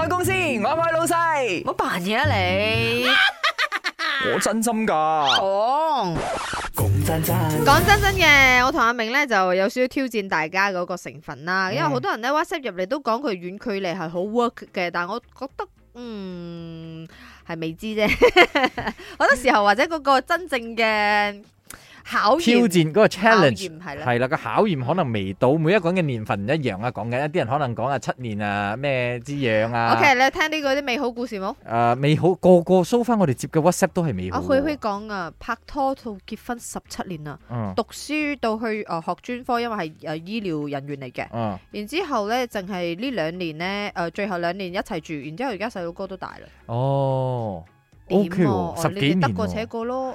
我愛老唔細，好扮嘢啊你！我真心嗯㗎。講講真真，講真真嘅，我同阿明咧就有少少挑戰大家嗰個成分啦，嗯因為好多人咧 WhatsApp 入嚟都講佢遠距離係好 work 嘅，但我覺得嗯係未知啫， 好多時候或者嗰個真正嘅考驗挑戰嗰個考 challenge 驗係啦。係啦，個考驗可能未到，每一個人嘅年份唔一樣啊。講緊一啲人可能講啊七年啊咩之樣啊。 OK，你有聽呢個啲美好故事冇？誒美好個個 show 翻我哋接嘅 WhatsApp 都係美好阿輝喎。輝講啊，拍拖到結婚十七年啦，嗯讀書到去誒學專科，因為係誒醫療人員嚟嘅。嗯，然之後咧，淨係呢兩年咧，誒、最後兩年一齊住，然之後而家細佬哥都大啦。哦點，OK 啊喎，十你幾哋年得 過且喎。過咯，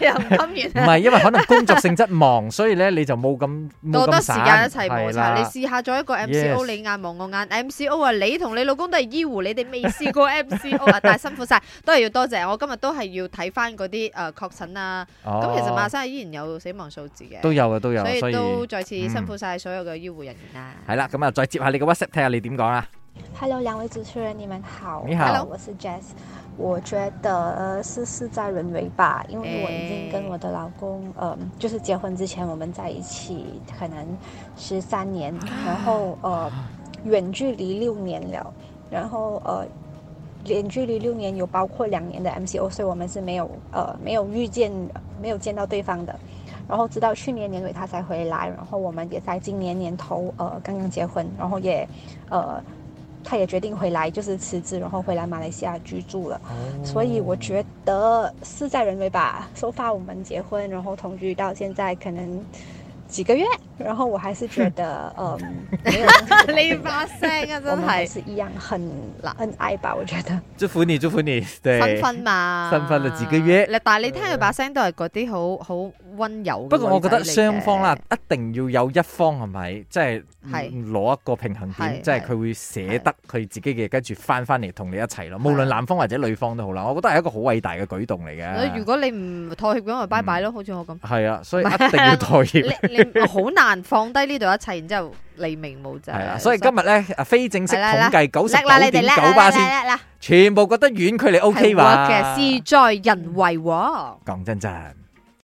又 唔甘願唔啊。係，因為可能工作性質忙，所以咧你就冇咁冇多多咁時間一散齊摩係擦，你啦。試下做一個 MCO， Yes 你眼望我眼，MCO 啊，你同你老公都係醫護，你哋未試 過 MCO 啊，但係辛苦晒，都係要多謝。我今日都係要睇翻嗰啲誒確診啊，咁、咁其實馬來西亞依然有死亡數字嘅，哦都有嘅，都有，所所以以都再次辛嗯苦晒所有嘅醫護人員 啦。係啦。咁啊，再接下你嘅 WhatsApp 睇下你點講啦。 Hello，两位主持人，你们好。你好 Hello 我是 Jess。我觉得呃是事在人为吧，因为我已经跟我的老公，哎嗯、就是结婚之前我们在一起可能十三年，啊然后呃远距离六年了，然后呃远距离六年有包括两年的 MCO，所以我们是没有呃没有遇见没有见到对方的。然后直到去年年尾他才回来，然后我们也在今年年头呃刚刚结婚，然后也呃他也决定回来，就是辞职，然后回来马来西亚居住了。所以我觉得事在人为吧。so far 我们结婚，然后同居到现在可能几个月，然后我还是觉 得嗯没有东西改你变 的把聲啊，我真们还係是一样很恩爱吧，我觉得。祝福你，祝福你，對新婚嘛，新婚就自己約你但係你聽佢把聲都係嗰啲好好温柔。不過我覺得雙方啦，，一定要有一方係咪，即係係攞一個平衡係點，即係佢會捨得佢自己嘅，跟住翻翻嚟同你一齊咯。無論男方或者女方都好啦，我覺得係一個好偉大嘅舉動嚟如嘅。果你唔妥協嘅話，咪拜嗯拜咯，好似我咁。係啊，所以一定要妥協。你你好難放低呢度一切，然之後黎明冇咋。係啊，所以今日咧，啊非正式統計九十叻啦，你九哋點叻九巴先，啦，叻啦全部覺得遠距離 OK 係 work 話。嘅，事在人為喎。講真真。